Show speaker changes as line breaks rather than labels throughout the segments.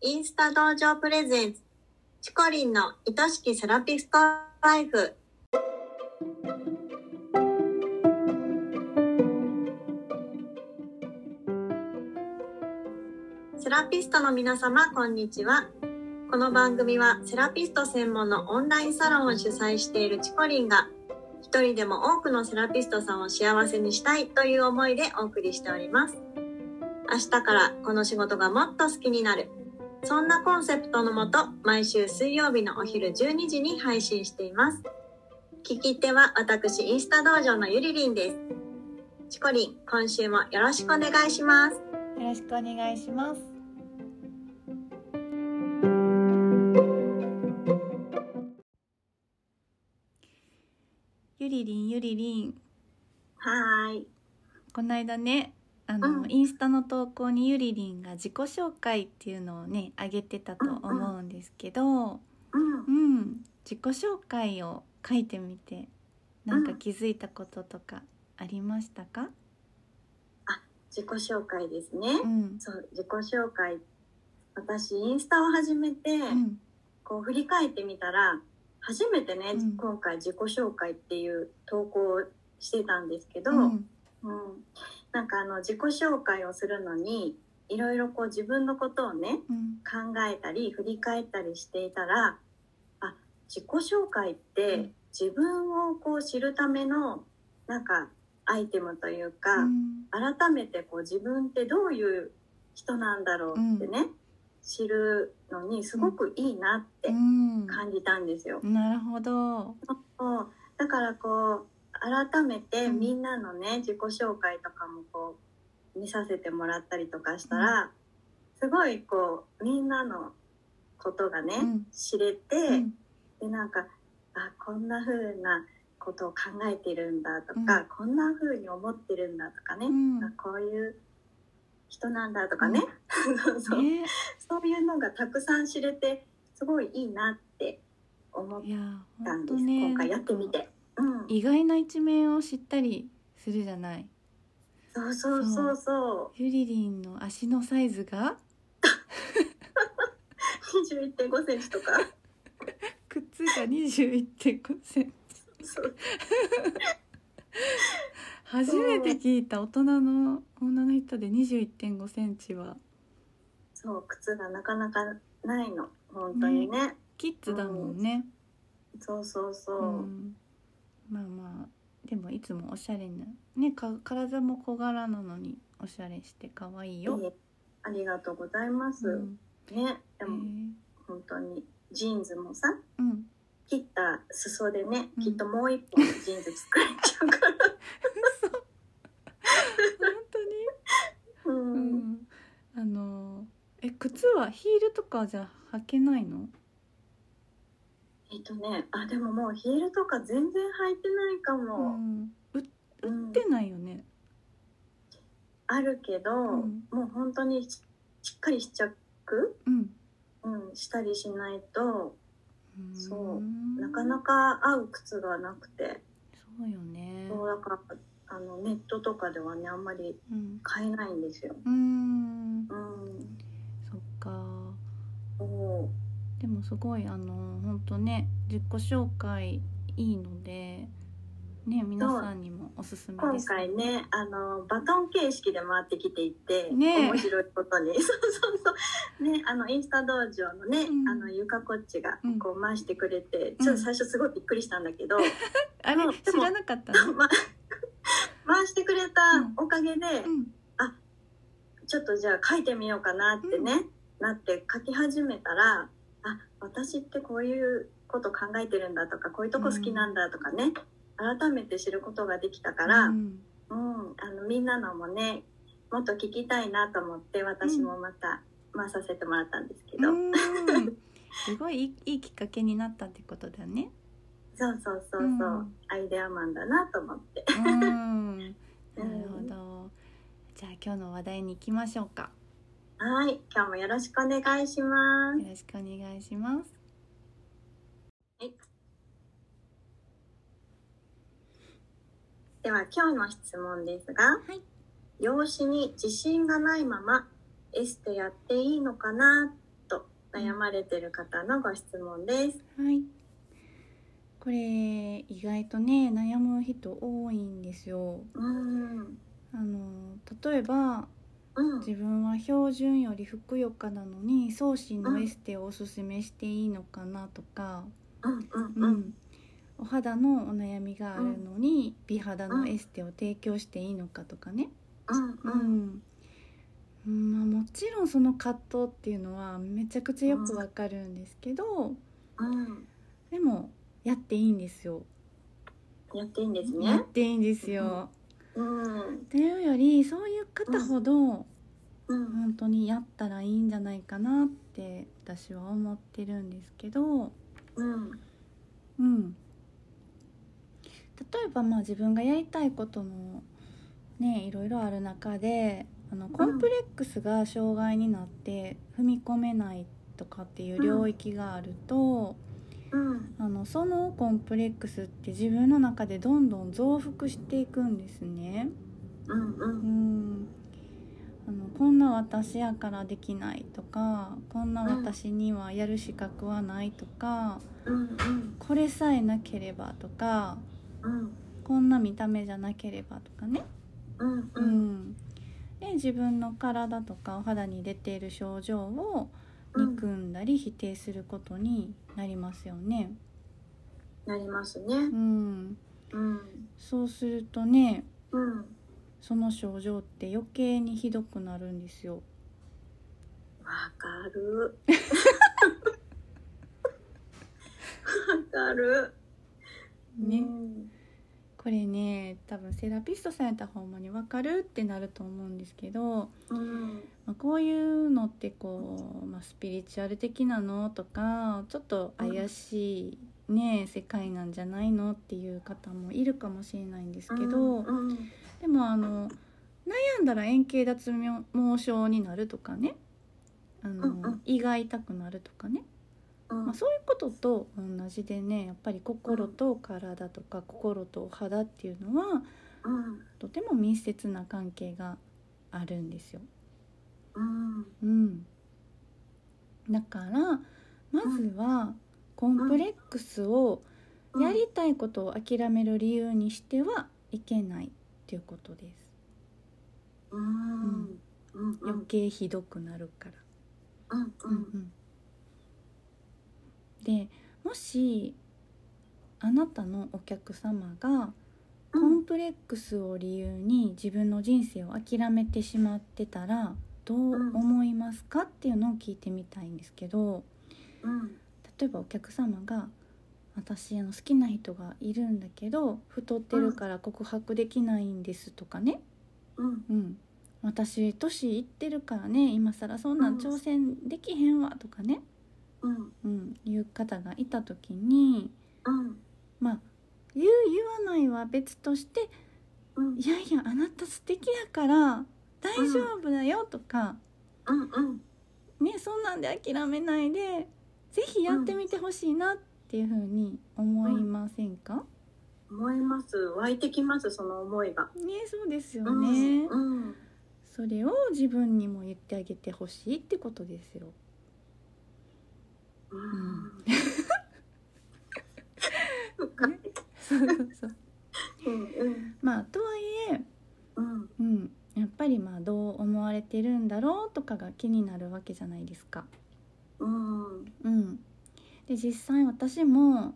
インスタ道場プレゼンツ、チコリンの愛しきセラピストライフ。セラピストの皆様、こんにちは。この番組はセラピスト専門のオンラインサロンを主催しているチコリンが、一人でも多くのセラピストさんを幸せにしたいという思いでお送りしております。明日からこの仕事がもっと好きになる。そんなコンセプトのもと、毎週水曜日のお昼12時に配信しています。聞き手は私、インスタ道場のゆりりんです。チコリン、今週もよろしくお願いします。
よろしくお願いします。ゆりりんゆりりん、
はーい。
この間ね、あ
う
の、
ん
インスタの投稿にゆりりんが自己紹介っていうのをね、あげてたと思うんですけど、
うん
うん、自己紹介を書いてみて、なんか気づいたこととかありましたか？
自己紹介ですね。
うん、
そう、自己紹介。私、インスタを始めて、
うん、
こう振り返ってみたら、初めてね、
うん
今回自己紹介っていう投稿をしてたんですけど、
うん、
うん、なんかあの自己紹介をするのにいろいろこう自分のことをね
うん、
考えたり振り返ったりしていたらあ自己紹介っ
う
て
ん
自分をこう知るためのなんかアイテムというか、
うん、
改めてこう自分ってどういう人なんだろうってね、知るのにすごくいいなって
うん、
感じたんですよ。
なるほど。
そうだからこう改めて
うん
みんなのね、自己紹介とかもこう見させてもらったりとかしたら、すごいこうみんなのことがね、
うん
知れて、
うん
でなんかあこんな風なことを考えてるんだとか、
うん
こんな風に思ってるんだとかね、
うん
あこういう人なんだとかね、 そうそう
ね、
そういうのがたくさん知れてすごいいいなって思っ
いや
た
本
ん
当
です、
ね
今回やってみて。うん、
意外な一面を知ったりするじゃない
そうそうそうそ
ゆりりんの足のサイズが
う21.5センチとか
靴が21.5センチ
そう
初めて聞いた大人の女の人で21.5センチは
そう靴がなかなかないの本当にね
キッズだもんね、
そうそうそうう、
ん、まあまあでもいつもおしゃれなねか体も小柄なのにおしゃれして可愛いよ、
いえありがとうございます、
うん
ねで
へ
も
ー
本当にジーンズもさ
うん、
切った裾でね、
うん
きっともう一本ジーンズ作れちゃうから
本当に
う、
うんんあのえ靴はヒールとかじゃ履けないの？
えっとねあでももうヒールとか全然履いてないか
う
も、
ん、売っ
うん
てないよね。
あるけど、
ん
もう本当にししっかり試着、
うん、
うん、したりしないとそう
う
なかなか合う靴がなくて、
そうよね。
そうだからあのネットとかではねあんまり
うん、
買えないんですよ。
う
う、
ん
ん、
そっか。
そ
でもすごいあの本当ね自己紹介いいので。ね、皆さんにもおすす
う
めで
今
す。
回ねあのバトン形式で回ってきていて、
ねえ
面白いことに そうそうそう、ね、あのインスタ道場のね、
うん
あのゆかこっちが
うん
こう回してくれて、ちょっと最初すごいびっくりしたんだけど、
あれ
うんでも
知らなかったの？
ま、回してくれたおかげで、
うん、
ちょっとじゃあ書いてみようかなってね、なって書き始めたらあ私ってこういうこと考えてるんだとかこういうとこ好きなんだとかね、改めて知ることができたから、う
うんん、
あのみんなのもねもっと聞きたいなと思って私もまた回させてもらったんですけど、
うんすごいいいいいきっかけになったってことだね。
そうそうそうそう、
うん
アイデアマンだなと思って。
うん、なるほど。じゃあ今日の話題に行きましょうか。
はい今日もよろしくお願いしま
よ
す。
ろしくお願いします。
では今日の質問ですが、
はい。
容姿に自信がないままエステやっていいのかなと悩まれてる方のご質問です。
はい。これ意外とね悩む人多いんですよ。
うん、
あの例えば
うん、
自分は標準よりふくよかなのに宗神のエステをおすすめしていいのかなとか、
うん、うん、
う
うん、
ん、お肌のお悩みがあるのに美肌のエステを提供していいのかとかね。
うん、
う
うん、
んまあ、もちろんその葛藤っていうのはめちゃくちゃよくわかるんですけど
うん、
でもやっていいんですよ。
やっていいんです
や
ね
っ。ていいんですよ。
うん、
というよりそういう方ほど
うん、
本当にやったらいいんじゃないかなって私は思ってるんですけど、
うん、
うん、例えばまあ自分がやりたいこともねいろいろある中であのコンプレックスが障害になって踏み込めないとかっていう領域があると、
うん、
あのそのコンプレックスって自分の中でどんどん増幅していくんですね。
うん、う、
うんんあのこんな私やからできないとかこんな私にはやる資格はないとか、
うん、うん、
これさえなければとか
うん、
こんな見た目じゃなければとかね、
うん、
う
うん、
ん、で自分の体とかお肌に出ている症状を憎んだり否定することになりますよね。
なりますね
う。ん、
うん、
そうするとね
うん、
その症状って余計にひどくなるんですよ。
わかる。わかる。
ね
うん
これね多分セラピストさんやったらほんまに分かるってなると思うんですけど、
うん、
まあ、こういうのってこう、まあ、スピリチュアル的なのとかちょっと怪しいね、世界なんじゃないのっていう方もいるかもしれないんですけ
う
ど、
ん、
でもあの悩んだら円形脱毛症になるとかねあの、
うんうん
胃が痛くなるとかね、
うん、
まあ、そういうことと同じでねやっぱり心と体とか心とお肌っていうのは
うん、
とても密接な関係があるんですよ。
うん、
うん、だからまずはコンプレックスを
うん
やりたいことを諦める理由にしてはいけないっていうことです。
うん、うん、う
余
ん、
計ひどくなるから。
うん、うん、
でもしあなたのお客様がコ
うん
ンプレックスを理由に自分の人生を諦めてしまってたらどう思いますかっていうのを聞いてみたいんですけど
うん、
例えばお客様が「私あの好きな人がいるんだけど太ってるから告白できないんです」とかね
うん、
「うん、私年いってるからね今更そんなん挑戦できへんわ」とかね、
うん、
うん、いう方がいた時に
うん、
まあ言う言わないは別として
うん
い、やいやあなた素敵やから大丈夫だよとか、
うん、うん、
ねそんなんで諦めないでぜひやってみてほしいなっていうふうに思いませんか、
思います。湧いてきます、その思いが。
ねそうですよ
うん
ね、
うん、
それを自分にも言ってあげてほしいってことですよ
うん。
そうそうそう
うん、うん、
まあとはいえ
うん、
うんやっぱりまあどう思われてるんだろうとかが気になるわけじゃないですか
うん、
うん、で実際私も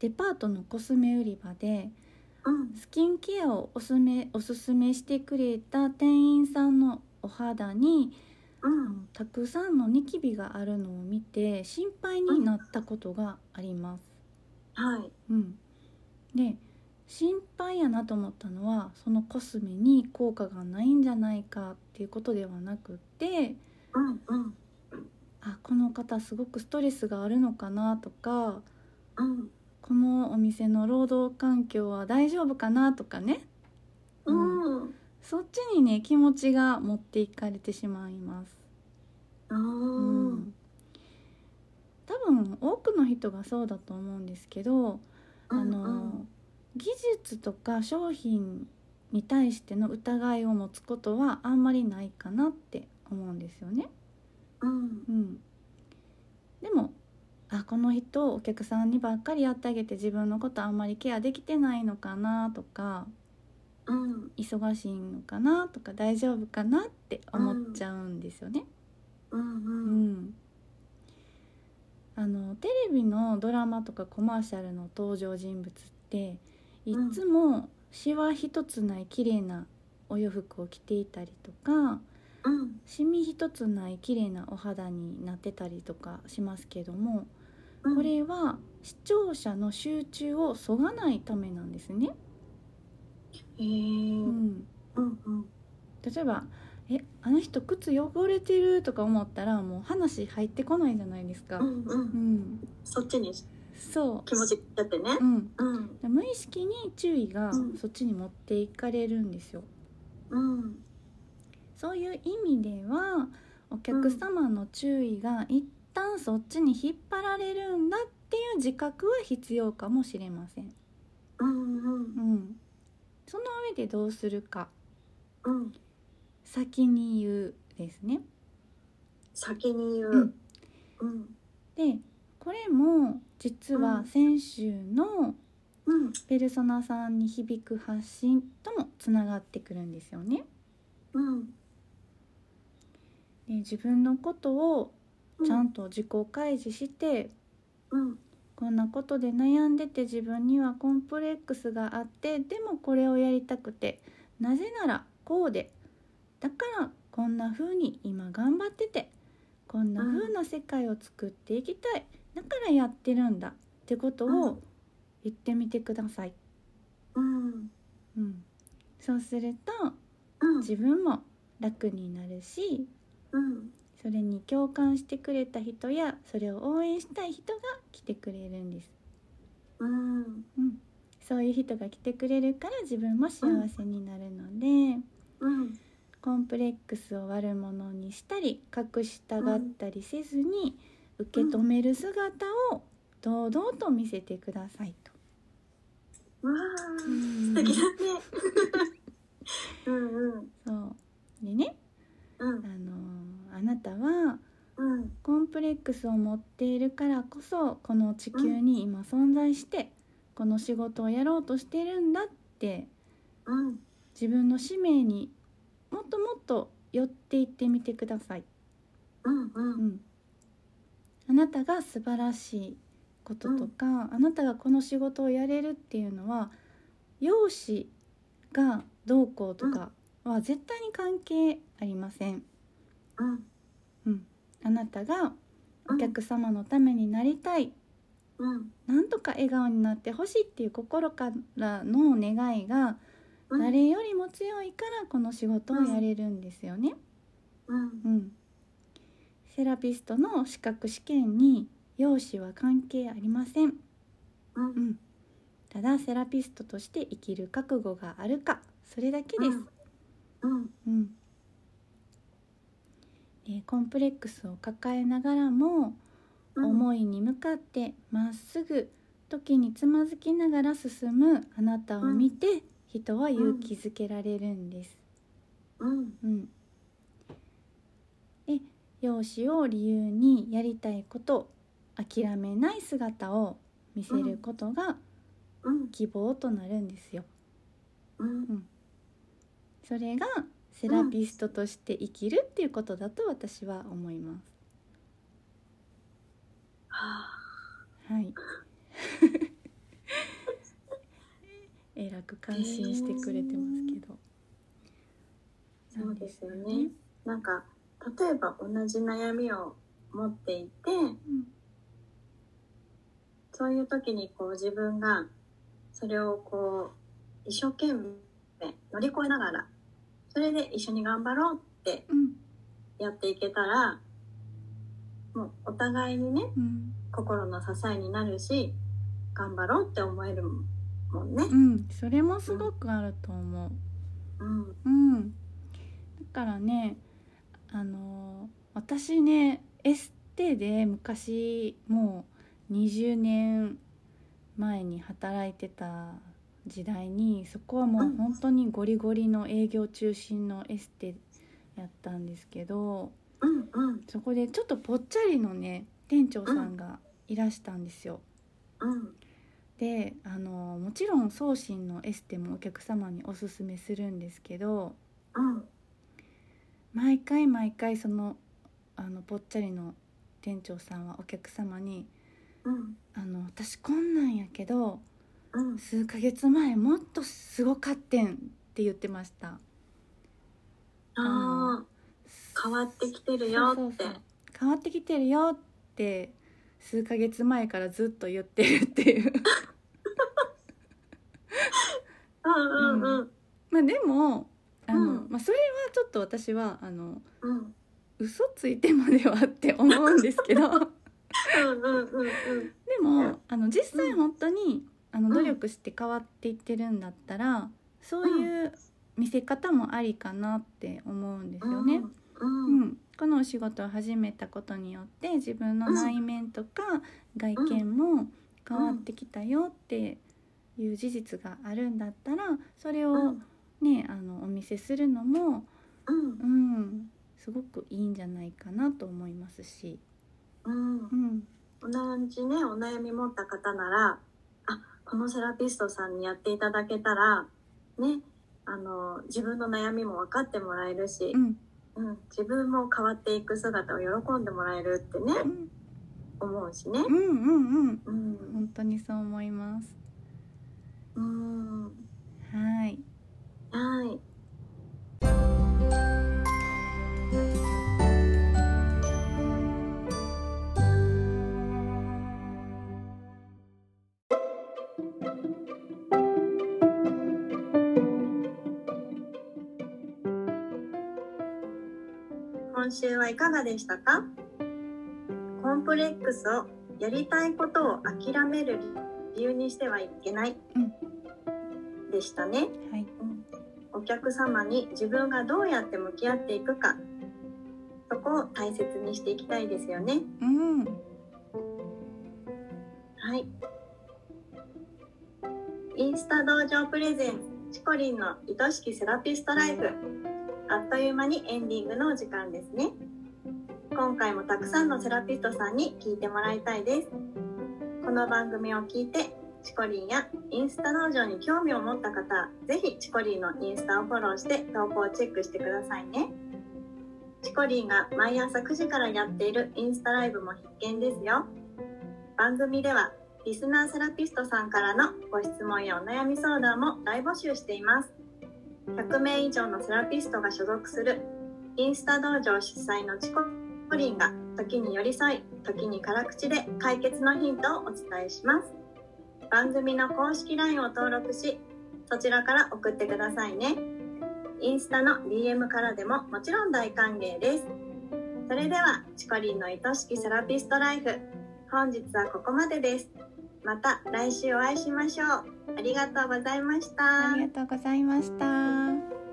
デパートのコスメ売り場で
うん、
スキンケアをおすすめおすすめしてくれた店員さんのお肌にあ
うん、
のたくさんのニキビがあるのを見て心配になったことがあります。
はい、
うん、で心配やなと思ったのはそのコスメに効果がないんじゃないかっていうことではなくって
うん、うん、
あこの方すごくストレスがあるのかなとか
うん、
このお店の労働環境は大丈夫かなとかね、
うん、
そっちにね気持ちが持っていかれてしまいます、
うん、
多分多くの人がそうだと思うんですけど、あの技術とか商品に対しての疑いを持つことはあんまりないかなって思うんですよね。
うん、
うん、あこの人お客さんにばっかりやってあげて自分のことあんまりケアできてないのかなとか
うん
忙しいのかなとか大丈夫かなって思っちゃうんですよね。
う
うんんあのテレビのドラマとかコマーシャルの登場人物ってい
うん
つもシワ一つない綺麗なお洋服を着ていたりとか
うん
シミ一つない綺麗なお肌になってたりとかしますけども
うん
これは視聴者の集中をそがないためなんですね。
え
う
ー
ん、
うんうん
例えば「えあの人靴汚れてる」とか思ったらもう話入ってこないじゃないですか。
うんう
うんん、
そっちに
そ
気持ちだってね
う、うん、
うん
無意識に注意が
うん
そっちに持っていかれるんですよ。
うん
そういう意味ではお客様の注意が一旦そっちに引っ張られるんだっていう自覚は必要かもしれません。
うんう
うんん、その上でどうするか
うん
先に言うですね。
先に言
う
うんうん
でこれも実
う
は
ん
先週の
うん
ペルソナさんに響く発信ともつながってくるんですよね。
うん
で自分のことを
うん
ちゃんと自己開示して、
うん
こんなことで悩んでて自分にはコンプレックスがあってでもこれをやりたくてなぜならこうでだからこんな風に今頑張っててこんな風な世界を作っていきたい、だからやってるんだってこと
う
を
ん
言ってみてください、
うん
うん、そうすると
うん
自分も楽になるし
うん
それに共感してくれた人やそれを応援したい人が来てくれるんです
うん
うん、そういう人が来てくれるから自分も幸せになるので、
うん
コンプレックスを悪者にしたり隠したがったりせずに、受け止める姿を堂々と見せてくださいと。
うわー素敵だねうんうん
そうでね、
う
あ
ん
のーあなたは
うん
コンプレックスを持っているからこそこの地球に今存在して、この仕事をやろうとしてるんだって
うん
自分の使命にもっともっと寄っていってみてください、
うんう
うんん、あなたが素晴らしいこととか、あなたがこの仕事をやれるっていうのは容姿がどうこうとかは絶対に関係ありません、
うん
うん、あなたがお客様のためになりたい、
うん
なんとか笑顔になってほしいっていう心からの願いが
うん
誰よりも強いからこの仕事をやれるんですよね。
うん
うん、セラピストの資格試験に容姿は関係ありません、
うん
う
うん
ん、ただセラピストとして生きる覚悟があるかそれだけです、
うん
うんでコンプレックスを抱えながらも、
うん
思いに向かってまっすぐ時につまずきながら進むあなたを見て、人は勇気づけられるんです
うん
うん、で容姿を理由にやりたいこと諦めない姿を見せることが
うん
希望となるんですよ。
うん
それがセラピストとして生きるっていうことだと私は思います。
はあ
はい。 えらく感心してくれてますけど。
そうですよね。なんか例えば同じ悩みを持っていて
うん
そういう時にこう自分がそれをこう一生懸命乗り越えながらそれで一緒に頑張ろうって
うん
やっていけたらもうお互いにね
うん
心の支えになるし頑張ろうって思えるもんね。
うん、それもすごくあると思
う
う。
ん
うん、だからねあの私ねエステで昔もう20年前に働いてた時代にそこはもう本当にゴリゴリの営業中心のエステやったんですけど
うんうん
そこでちょっとぽっちゃりのね店長さんがいらしたんですよ
うん
であのもちろん送信のエステもお客様におすすめするんですけど
うん
毎回毎回そのあのぽっちゃりの店長さんはお客様に
うん
「あの私こんなんやけど
うん
数ヶ月前もっとすごかってん」って言ってましたあ
ああ変わってきてるよ
そう
って
そうそう変わってきてるよって数ヶ月前からずっと言ってるっていう
うんうんうん
まあでもあの、
うん
まあ、それはちょっと私はあの
うん
嘘ついてまではって思うんですけどで
うんうんうんうん
もあの実際
うん
本当に、あの
うん
努力して変わっていってるんだったらそういう見せ方もありかなって思うんですよね。
う
うん
うん
ん、このお仕事を始めたことによって自分の
うん
内面とか外見も変わってきたよっていう事実があるんだったらそれ
う
を
ん
ねあのお見せするのも、
うん
うん、すごくいいんじゃないかなと思いますし。
うん
うん
同じねお悩み持った方ならあこのセラピストさんにやっていただけたらねあの自分の悩みも分かってもらえるし
う、ん
うん自分も変わっていく姿を喜んでもらえるってね
うん
思うしね
う。んうんうん
うん
本当にそう思います
うん
はい
はい今週はいかがでしたかコンプレックスをやりたいことを諦める理由にしてはいけない、でしたね。
はい
うんお客様に自分がどうやって向き合っていくかそこを大切にしていきたいですよね
うん
はいインスタ道場プレゼンチコリンの愛しきセラピストライフあっという間にエンディングのお時間ですね今回もたくさんのセラピストさんに聞いてもらいたいですこの番組を聞いてチコリンやインスタ道場に興味を持った方ぜひチコリンのインスタをフォローして投稿をチェックしてくださいねチコリンが毎朝9時からやっているインスタライブも必見ですよ番組ではリスナーセラピストさんからのご質問やお悩み相談も大募集しています100名以上のセラピストが所属するインスタ道場主催のチコリンが時に寄り添い時に辛口で解決のヒントをお伝えします番組の公式 LINE を登録しそちらから送ってくださいねインスタの DM からでももちろん大歓迎ですそれではチコリンの愛しきセラピストライフ本日はここまでですまた来週お会いしましょうありがとうございました
ありがとうございました。